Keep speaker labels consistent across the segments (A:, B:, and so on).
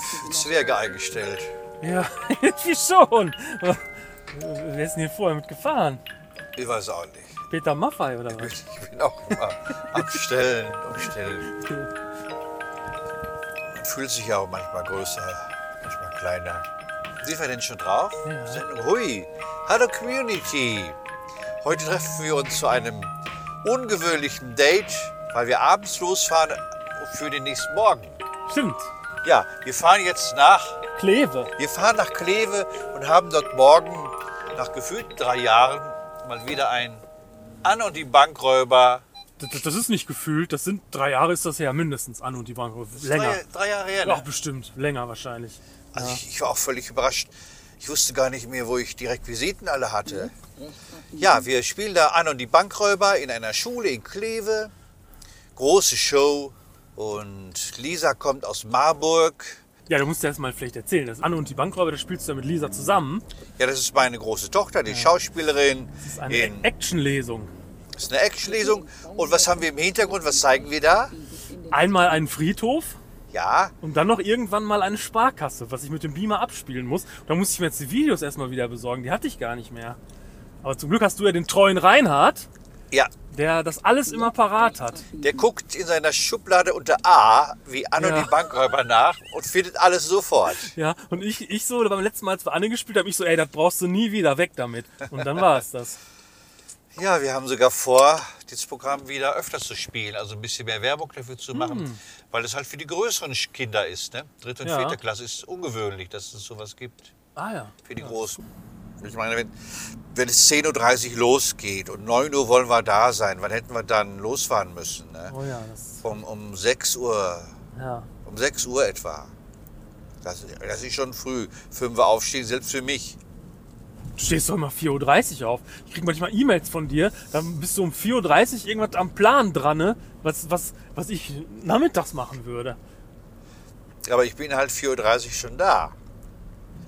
A: Zwerge eingestellt.
B: Ja, irgendwie schon. Wer ist denn hier vorher mit gefahren?
A: Ich weiß auch nicht.
B: Peter Maffei oder was?
A: Ich bin auch immer abstellen, umstellen. Man fühlt sich ja auch manchmal größer, manchmal kleiner. Sind wir denn schon drauf?
B: Ja.
A: Sendung Hui. Hallo Community. Heute treffen wir uns zu einem ungewöhnlichen Date, weil wir abends losfahren für den nächsten Morgen.
B: Stimmt.
A: Ja, wir fahren jetzt nach
B: Kleve.
A: wir fahren nach Kleve und haben dort morgen, nach gefühlt drei Jahren, mal wieder ein An- und die Bankräuber.
B: Das, das- das ist nicht gefühlt. Das sind drei Jahre ist das her mindestens an und die waren wohl länger.
A: Drei, drei Jahre her.
B: Ja,
A: Ne?
B: bestimmt. Länger wahrscheinlich.
A: Also ich, ich war auch völlig überrascht. Ich wusste gar nicht mehr, wo ich die Requisiten alle hatte. Ja, wir spielen da An- und die Bankräuber in einer Schule in Kleve. Große Show. Und Lisa kommt aus Marburg.
B: Ja, du musst dir erst mal vielleicht erzählen. Das Anne und die Bankräuber, das spielst du ja mit Lisa zusammen.
A: Ja, das ist meine große Tochter, die Schauspielerin.
B: Das ist eine
A: in,
B: Actionlesung.
A: das ist eine Actionlesung. Und was haben wir im Hintergrund? Was zeigen wir da?
B: Einmal einen Friedhof
A: Ja,
B: und dann noch irgendwann mal eine Sparkasse, was ich mit dem Beamer abspielen muss. Da muss ich mir jetzt die Videos erstmal wieder besorgen. Die hatte ich gar nicht mehr. Aber zum Glück hast du ja den treuen Reinhard,
A: ja.
B: der das alles immer parat hat.
A: Der guckt in seiner Schublade unter A wie Anno
B: Ja.
A: die Bankräuber nach und findet alles sofort.
B: Ja, und ich, ich so, beim letzten Mal, als wir Anne gespielt haben, ich so, ey, das brauchst du nie wieder, weg damit. Und dann war es das.
A: Ja, wir haben sogar vor, dieses Programm wieder öfters zu spielen, also ein bisschen mehr Werbung dafür zu machen, weil es halt für die größeren Kinder ist. Ne? Dritte und
B: Hm. Ja.
A: vierte Klasse ist ungewöhnlich, dass es sowas gibt
B: Ah ja.
A: für die Großen. Ich meine, wenn, wenn es 10.30 Uhr losgeht und 9 Uhr wollen wir da sein, wann hätten wir dann losfahren müssen? Ne?
B: Oh ja, das,
A: Um, um 6 Uhr
B: ja.
A: Um 6 Uhr etwa. Das, das ist schon früh. 5 Uhr aufstehen, selbst für mich.
B: Du stehst doch immer 4.30 Uhr auf. Ich krieg manchmal E-Mails von dir, dann bist du um 4.30 Uhr irgendwas am Plan dran, ne? Was, was, was ich nachmittags machen würde.
A: Aber ich bin halt 4.30 Uhr schon da.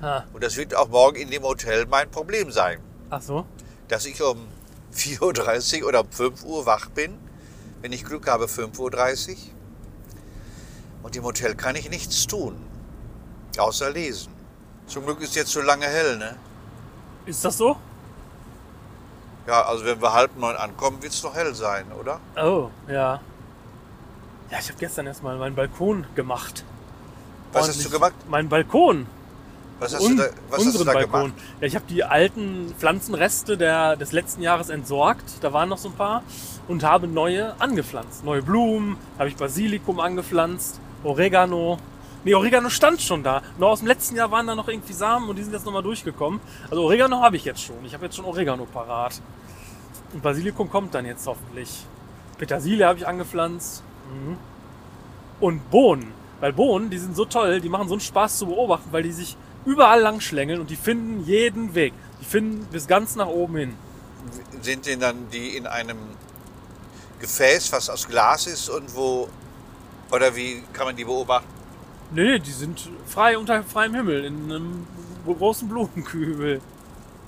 B: Ha.
A: Und das wird auch morgen in dem Hotel mein Problem sein.
B: Ach so?
A: Dass ich um 4.30 Uhr oder um 5 Uhr wach bin. Wenn ich Glück habe, 5.30 Uhr. Und im Hotel kann ich nichts tun. Außer lesen. Zum Glück ist jetzt so lange hell, ne?
B: Ist das so?
A: Ja, also wenn wir halb neun ankommen, wird es noch hell sein, oder?
B: Oh, ja. Ja, ich habe gestern erstmal meinen Balkon gemacht.
A: Was hast
B: Ordentlich.
A: du gemacht?
B: Mein Balkon.
A: Was hast
B: Un
A: du da, was hast du
B: unseren
A: da
B: Balkon.
A: gemacht?
B: Ja, ich habe die alten Pflanzenreste der, des letzten Jahres entsorgt. Da waren noch so ein paar. Und habe neue angepflanzt. Neue Blumen, habe ich Basilikum angepflanzt, Oregano. Nee, Oregano stand schon da. Nur aus dem letzten Jahr waren da noch irgendwie Samen und die sind jetzt nochmal durchgekommen. Also Oregano habe ich jetzt schon. Ich habe jetzt schon Oregano parat. Und Basilikum kommt dann jetzt hoffentlich. Petersilie habe ich angepflanzt. Mhm. Und Bohnen. Weil Bohnen, die sind so toll, die machen so einen Spaß zu beobachten, weil die sich überall lang schlängeln und die finden jeden Weg. Die finden bis ganz nach oben hin.
A: sind denn dann die in einem Gefäß, was aus Glas ist und wo oder wie kann man die beobachten?
B: Nee, nee, die sind frei unter freiem Himmel in einem großen Blumenkübel.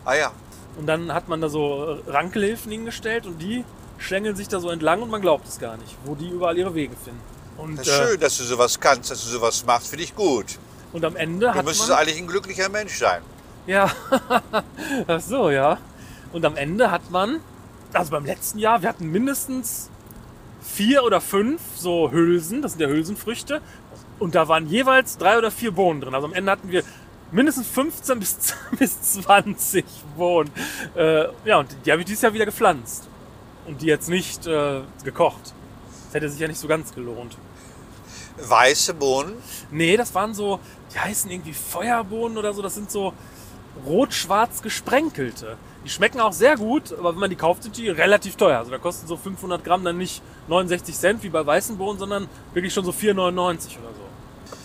A: Ah ja,
B: Und dann hat man da so Rankelhilfen hingestellt und die schlängeln sich da so entlang und man glaubt es gar nicht, wo die überall ihre Wege finden. Und,
A: das ist schön, dass du sowas kannst, dass du sowas machst, finde ich gut.
B: Äh, und am Ende
A: Du
B: hat
A: müsstest
B: man...
A: eigentlich ein glücklicher Mensch sein.
B: Ja, ach so, ja. Und am Ende hat man, also beim letzten Jahr, wir hatten mindestens vier oder fünf so Hülsen, das sind ja Hülsenfrüchte, und da waren jeweils drei oder vier Bohnen drin. Also am Ende hatten wir mindestens 15 bis, bis 20 Bohnen. Äh, ja, und die habe ich dieses Jahr wieder gepflanzt. Und die jetzt nicht äh, gekocht. Das hätte sich ja nicht so ganz gelohnt.
A: Weiße Bohnen,
B: Nee, das waren so, die heißen irgendwie Feuerbohnen oder so. Das sind so rot-schwarz gesprenkelte. Die schmecken auch sehr gut, aber wenn man die kauft, sind die relativ teuer. Also da kosten so 500 Gramm dann nicht 69 Cent wie bei weißen Bohnen, sondern wirklich schon so 4,99 oder so.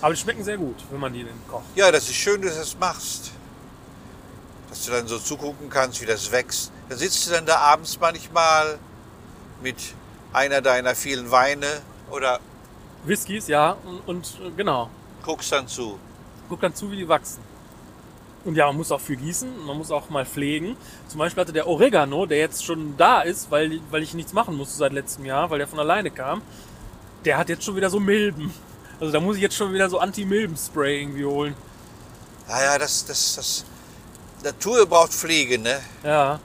B: Aber die schmecken sehr gut, wenn man die dann kocht.
A: ja, das ist schön, dass du das machst. Dass du dann so zugucken kannst, wie das wächst. Da sitzt du dann da abends manchmal mit einer deiner vielen Weine oder
B: Whiskys, ja, und, und äh, genau.
A: guckst dann zu.
B: Guck dann zu, wie die wachsen. Und ja, man muss auch viel gießen, man muss auch mal pflegen. Zum Beispiel hatte der Oregano, der jetzt schon da ist, weil, weil ich nichts machen musste seit letztem Jahr, weil der von alleine kam, der hat jetzt schon wieder so Milben. Also da muss ich jetzt schon wieder so Anti-Milben-Spray irgendwie holen.
A: Ja, ja, das, das, das. Natur braucht Pflege, ne?
B: Ja.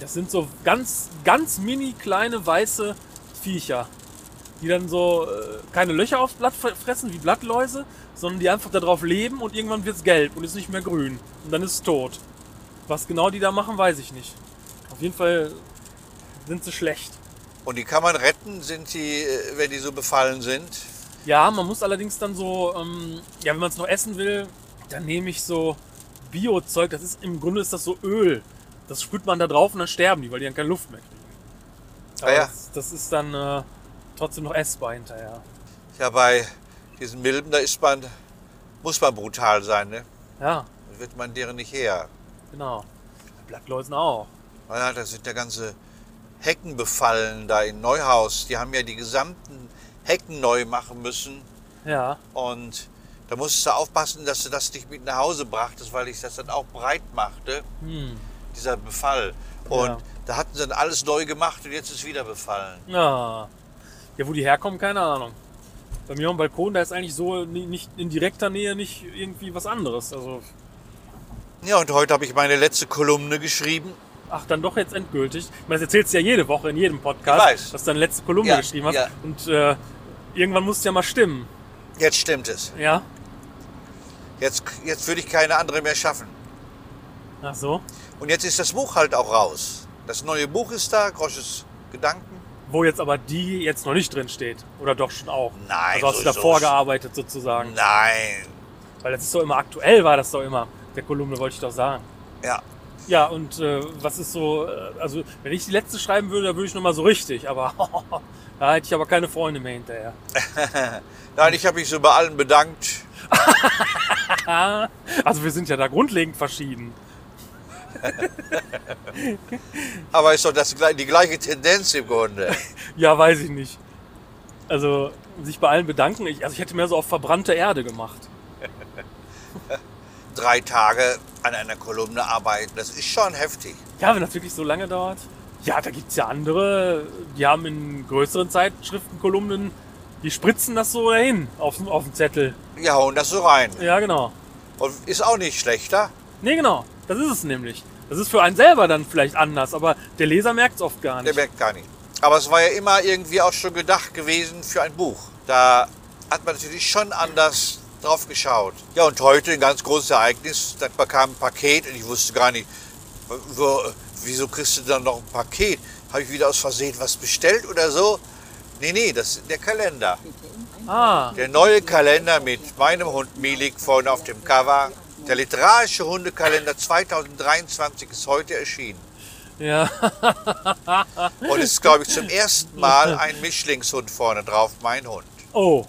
B: Das sind so ganz, ganz mini kleine weiße Viecher, die dann so äh, keine Löcher aufs Blatt fre- fressen wie Blattläuse, sondern die einfach darauf leben und irgendwann wird es gelb und ist nicht mehr grün. Und dann ist es tot. Was genau die da machen, weiß ich nicht. Auf jeden Fall sind sie schlecht.
A: Und die kann man retten, sind die, äh, wenn die so befallen sind.
B: Ja, man muss allerdings dann so, ähm, ja, wenn man es noch essen will, dann nehme ich so Bio-Zeug. Das ist im Grunde ist das so Öl. Das sprüht man da drauf und dann sterben die, weil die dann keine Luft mehr kriegen.
A: Ah
B: Aber
A: ja.
B: das, das ist dann äh, trotzdem noch essbar hinterher.
A: Ja, bei diesen Milben, da ist man, muss man brutal sein, ne?
B: Ja,
A: Dann wird man deren nicht her.
B: genau. Blattläusen auch.
A: Naja, da sind ja ganze Hecken befallen da in Neuhaus. Die haben ja die gesamten Hecken neu machen müssen.
B: Ja,
A: Und da musstest du aufpassen, dass du das nicht mit nach Hause brachtest, weil ich das dann auch breit machte,
B: hm.
A: dieser Befall. Und
B: Ja.
A: da hatten sie dann alles neu gemacht und jetzt ist wieder befallen.
B: Ja. Ja, wo die herkommen, keine Ahnung. Bei mir am Balkon, da ist eigentlich so ni- nicht in direkter Nähe nicht irgendwie was anderes. Also,
A: Ja, und heute habe ich meine letzte Kolumne geschrieben.
B: ach, dann doch jetzt endgültig. Ich meine, das erzählst du ja jede Woche in jedem Podcast,
A: Ich weiß.
B: dass du deine letzte Kolumne
A: Ja,
B: geschrieben hast.
A: ja.
B: Und äh, irgendwann muss es ja mal stimmen.
A: Jetzt stimmt es.
B: Ja?
A: Jetzt, jetzt würde ich keine andere mehr schaffen.
B: Ach so.
A: Und jetzt ist das Buch halt auch raus. Das neue Buch ist da, Grosches Gedanken.
B: Wo jetzt aber die jetzt noch nicht drin steht. Oder doch schon auch.
A: Nein,
B: Also hast
A: so-
B: du davor
A: so-
B: gearbeitet sozusagen.
A: Nein.
B: Weil das ist doch immer aktuell, war das doch immer. Der Kolumne wollte ich doch sagen.
A: Ja,
B: Ja, und äh, was ist so, äh, also wenn ich die letzte schreiben würde, dann würde ich nochmal so richtig, aber da hätte ich aber keine Freunde mehr hinterher.
A: Nein, ich habe mich so bei allen bedankt.
B: Ah, also wir sind ja da grundlegend verschieden.
A: Aber ist doch das, gle- die gleiche Tendenz im Grunde.
B: Ja, weiß ich nicht. Also sich bei allen bedanken, ich, also ich hätte mehr so auf verbrannte Erde gemacht.
A: Drei Tage an einer Kolumne arbeiten, das ist schon heftig.
B: Ja, wenn das wirklich so lange dauert. Ja, da gibt's ja andere, die haben in größeren Zeitschriften Kolumnen, die spritzen das so dahin auf, auf den Zettel.
A: Ja, hauen das so rein.
B: Ja, genau.
A: Und ist auch nicht schlechter.
B: Nee, genau. Das ist es nämlich. Das ist für einen selber dann vielleicht anders, aber der Leser merkt es oft gar
A: Der
B: nicht.
A: merkt gar nicht. Aber es war ja immer irgendwie auch schon gedacht gewesen für ein Buch. Da hat man natürlich schon anders drauf geschaut. Ja, und heute ein ganz großes Ereignis. Da bekam ein Paket und ich wusste gar nicht, wo, wieso kriegst du dann noch ein Paket? Habe ich wieder aus Versehen was bestellt oder so? Nee, nee, das ist der Kalender.
B: Ah,
A: Der neue Kalender mit meinem Hund Milik vorne auf dem Cover. Der literarische Hundekalender 2023 ist heute erschienen.
B: ja.
A: Und es ist, glaube ich, zum ersten Mal ein Mischlingshund vorne drauf, mein Hund.
B: Oh,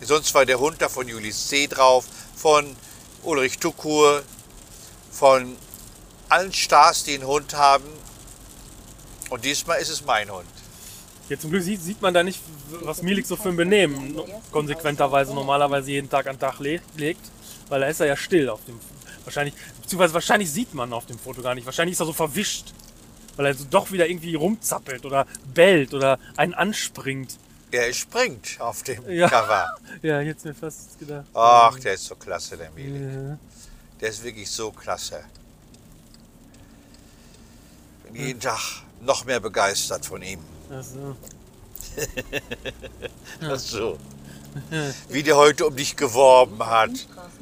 A: Sonst war der Hund da von Julis C. drauf, von Ulrich Tukur, von allen Stars, die einen Hund haben. Und diesmal ist es mein Hund.
B: jetzt zum Glück sieht, sieht man da nicht, was Milik so für ein Benehmen no- konsequenterweise normalerweise jeden Tag an den Tag le legt, weil da ist er ja still auf dem. Wahrscheinlich, beziehungsweise wahrscheinlich sieht man auf dem Foto gar nicht. Wahrscheinlich ist er so verwischt, weil er so doch wieder irgendwie rumzappelt oder bellt oder einen anspringt.
A: Der springt auf dem
B: Ja.
A: Cover.
B: Ja, jetzt mir fast gedacht.
A: Ach, der ist so klasse, der Milik.
B: Äh,
A: Der ist wirklich so klasse. Bin jeden Tag noch mehr begeistert von ihm.
B: also,
A: Ach so. Wie der heute um dich geworben hat.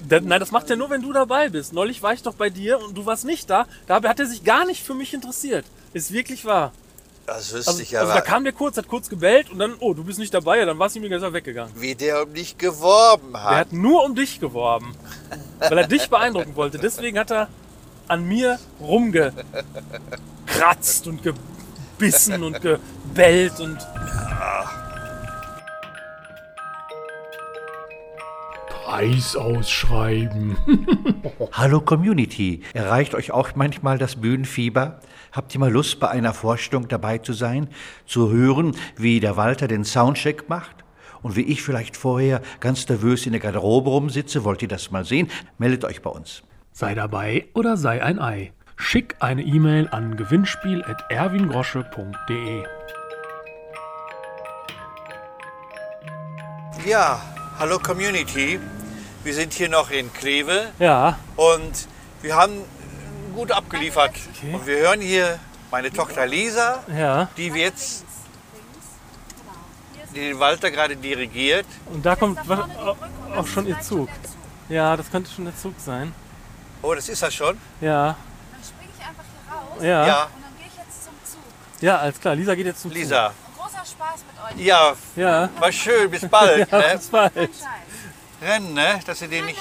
B: Da- nein, das macht er nur, wenn du dabei bist. Neulich war ich doch bei dir und du warst nicht da. Dabei hat er sich gar nicht für mich interessiert. Ist wirklich wahr.
A: Das wüsste
B: Also,
A: ich ja.
B: also da kam der kurz, hat kurz gebellt und dann, oh, du bist nicht dabei, ja, dann war es ihm egal, ist er weggegangen.
A: wie der um dich geworben
B: Er
A: hat.
B: hat nur um dich geworben, weil er dich beeindrucken wollte. Deswegen hat er an mir rumgekratzt und gebissen und gebellt und
C: Preis ausschreiben.
D: Hallo Community, erreicht euch auch manchmal das Bühnenfieber? Habt ihr mal Lust, bei einer Vorstellung dabei zu sein, zu hören, wie der Walter den Soundcheck macht? Und wie ich vielleicht vorher ganz nervös in der Garderobe rumsitze, wollt ihr das mal sehen? Meldet euch bei uns.
C: Sei dabei oder sei ein Ei. Schick eine E-Mail an gewinnspiel.erwingrosche.de.
A: Ja, hallo Community. Wir sind hier noch in Kleve
B: Ja,
A: und wir haben gut abgeliefert. Und wir hören hier meine Tochter Lisa,
B: ja.
A: die wir jetzt, die den Walter gerade dirigiert.
B: Und da kommt
E: Da
B: wa-
E: vorne den
B: au-
E: Brücken und
B: auch
E: dann
B: schon ihr
E: ist gleich
B: Zug.
E: der Zug.
B: Ja, das könnte schon der Zug sein.
A: Oh, das ist das schon?
B: Ja,
E: Dann springe ich einfach hier
B: ja.
E: raus
B: Ja,
A: Ja,
E: und dann gehe ich jetzt zum Zug.
B: alles klar. Lisa geht jetzt zum Zug.
A: Lisa.
E: Großer Spaß mit euch.
A: Ja,
B: Ja.
A: war schön. Bis bald. Ne?
B: Bis bald.
E: Scheiß.
A: Rennen, ne? dass ihr den nicht...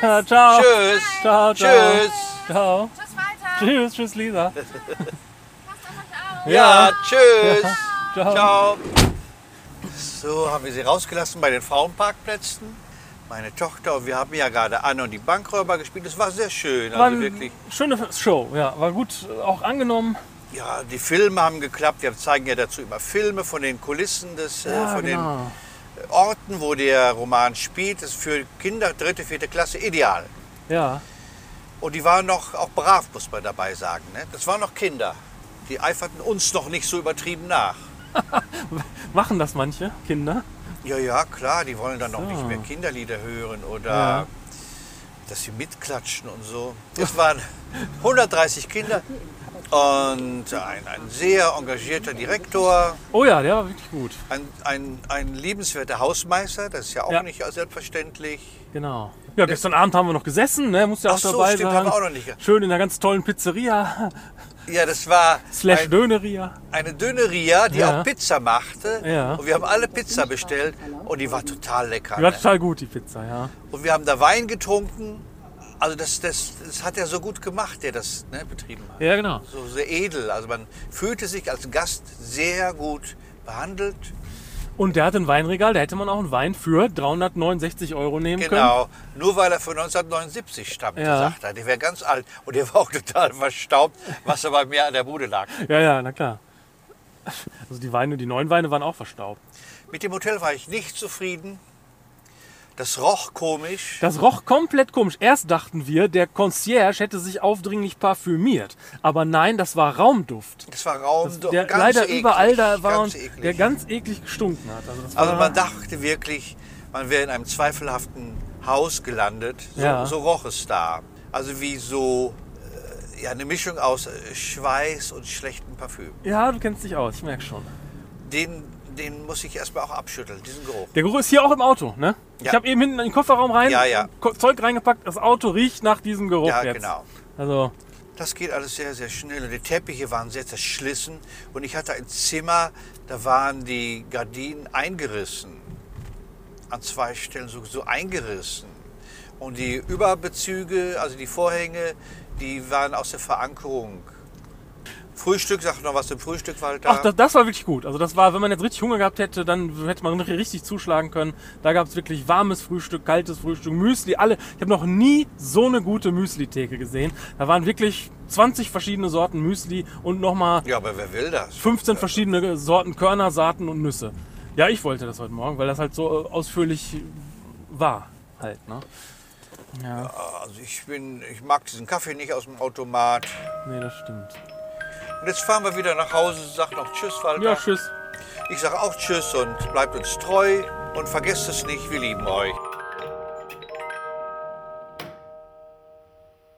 B: Ja, ciao.
A: Tschüss.
B: Ciao, ciao.
A: Tschüss.
B: Ciao.
E: Tschüss Walter.
B: Tschüss, tschüss, Lisa.
E: Passt auf euch auf.
A: Ja, tschüss.
B: Ciao.
A: Ciao. So haben wir sie rausgelassen bei den Frauenparkplätzen. Meine Tochter und wir haben ja gerade Anne und die Bankräuber gespielt. Das war sehr schön.
B: War
A: Also
B: eine
A: wirklich.
B: schöne Show. Ja, war gut äh, auch angenommen.
A: Ja, die Filme haben geklappt. Wir zeigen ja dazu immer Filme von den Kulissen des, äh,
B: Ja,
A: von
B: genau.
A: den äh, Orten, wo der Roman spielt. Das ist für Kinder dritte, vierte Klasse ideal.
B: Ja,
A: Und die waren noch auch brav, muss man dabei sagen. Ne? Das waren noch Kinder. Die eiferten uns noch nicht so übertrieben nach.
B: machen das manche Kinder.
A: Ja, ja, klar, die wollen dann
B: So.
A: noch nicht mehr Kinderlieder hören oder
B: Ja.
A: dass sie mitklatschen und so. Es waren 130 Kinder und ein, ein sehr engagierter Direktor,
B: Oh ja, der war wirklich gut.
A: ein, ein, ein liebenswerter Hausmeister, das ist ja auch
B: Ja.
A: nicht selbstverständlich.
B: Genau. Ja, gestern Abend haben wir noch gesessen, ne? Muss ja auch
A: Ach so,
B: dabei
A: stimmt,
B: sein.
A: haben wir auch noch nicht ge-
B: Schön in einer ganz tollen Pizzeria,
A: Ja, das war
B: slash
A: ein,
B: Döneria.
A: eine Döneria, die
B: Ja.
A: auch Pizza machte.
B: Ja.
A: Und wir haben alle Pizza bestellt und die war total lecker.
B: Die war
A: ne?
B: total gut, die Pizza, ja.
A: Und wir haben da Wein getrunken. Also das, das, das hat er so gut gemacht, der das ne, betrieben hat.
B: Ja, genau.
A: So sehr edel. Also man fühlte sich als Gast sehr gut behandelt.
B: Und der hat ein Weinregal, da hätte man auch einen Wein für 369 Euro nehmen können.
A: Genau. Nur weil er von 1979 stammte,
B: Ja.
A: sagt er. Der wäre ganz alt. Und der war auch total verstaubt, was er bei mir an der Bude lag.
B: Ja, ja, na klar. Also die Weine, die neuen Weine waren auch verstaubt.
A: Mit dem Hotel war ich nicht zufrieden. Das roch komisch.
B: Das roch komplett komisch. Erst dachten wir, der Concierge hätte sich aufdringlich parfümiert. Aber nein, das war Raumduft.
A: Das war Raum.
B: Der
A: ganz
B: leider
A: eklig,
B: überall da war
A: ganz
B: und
A: eklig.
B: der ganz eklig gestunken hat. Also, das
A: Also
B: war,
A: man dachte wirklich, man wäre in einem zweifelhaften Haus gelandet. So,
B: Ja.
A: so roch es da. Also wie so äh, ja, eine Mischung aus äh, Schweiß und schlechtem Parfüm.
B: ja, du kennst dich aus, ich merk schon.
A: Den, den muss ich erstmal auch abschütteln, diesen Geruch.
B: Der Geruch ist hier auch im Auto, ne? Ich
A: Ja.
B: habe eben hinten in den Kofferraum rein,
A: Ja, ja.
B: Ko- Zeug reingepackt, das Auto riecht nach diesem Geruch
A: Ja,
B: jetzt.
A: genau.
B: Also,
A: Das geht alles sehr, sehr schnell. Und die Teppiche waren sehr zerschlissen. Und ich hatte ein Zimmer, da waren die Gardinen eingerissen. An zwei Stellen so, so eingerissen. Und die Überbezüge, also die Vorhänge, die waren aus der Verankerung. Frühstück, sag noch was zum Frühstück, Walter.
B: ach, das, das war wirklich gut. Also das war, wenn man jetzt richtig Hunger gehabt hätte, dann hätte man richtig zuschlagen können. Da gab es wirklich warmes Frühstück, kaltes Frühstück, Müsli, alle. Ich habe noch nie so eine gute Müsli-Theke gesehen. Da waren wirklich 20 verschiedene Sorten Müsli und nochmal
A: ja, aber wer will das?
B: 15 verschiedene Sorten Körner, Saaten und Nüsse. Ja, ich wollte das heute Morgen, weil das halt so äh, ausführlich war. Halt, ne? Ja,
A: Also ich, bin, ich mag diesen Kaffee nicht aus dem Automat.
B: nee, das stimmt.
A: Und jetzt fahren wir wieder nach Hause. Sag noch Tschüss, Walter.
B: Ja, tschüss.
A: Ich sage auch Tschüss und bleibt uns treu und vergesst es nicht, wir lieben euch.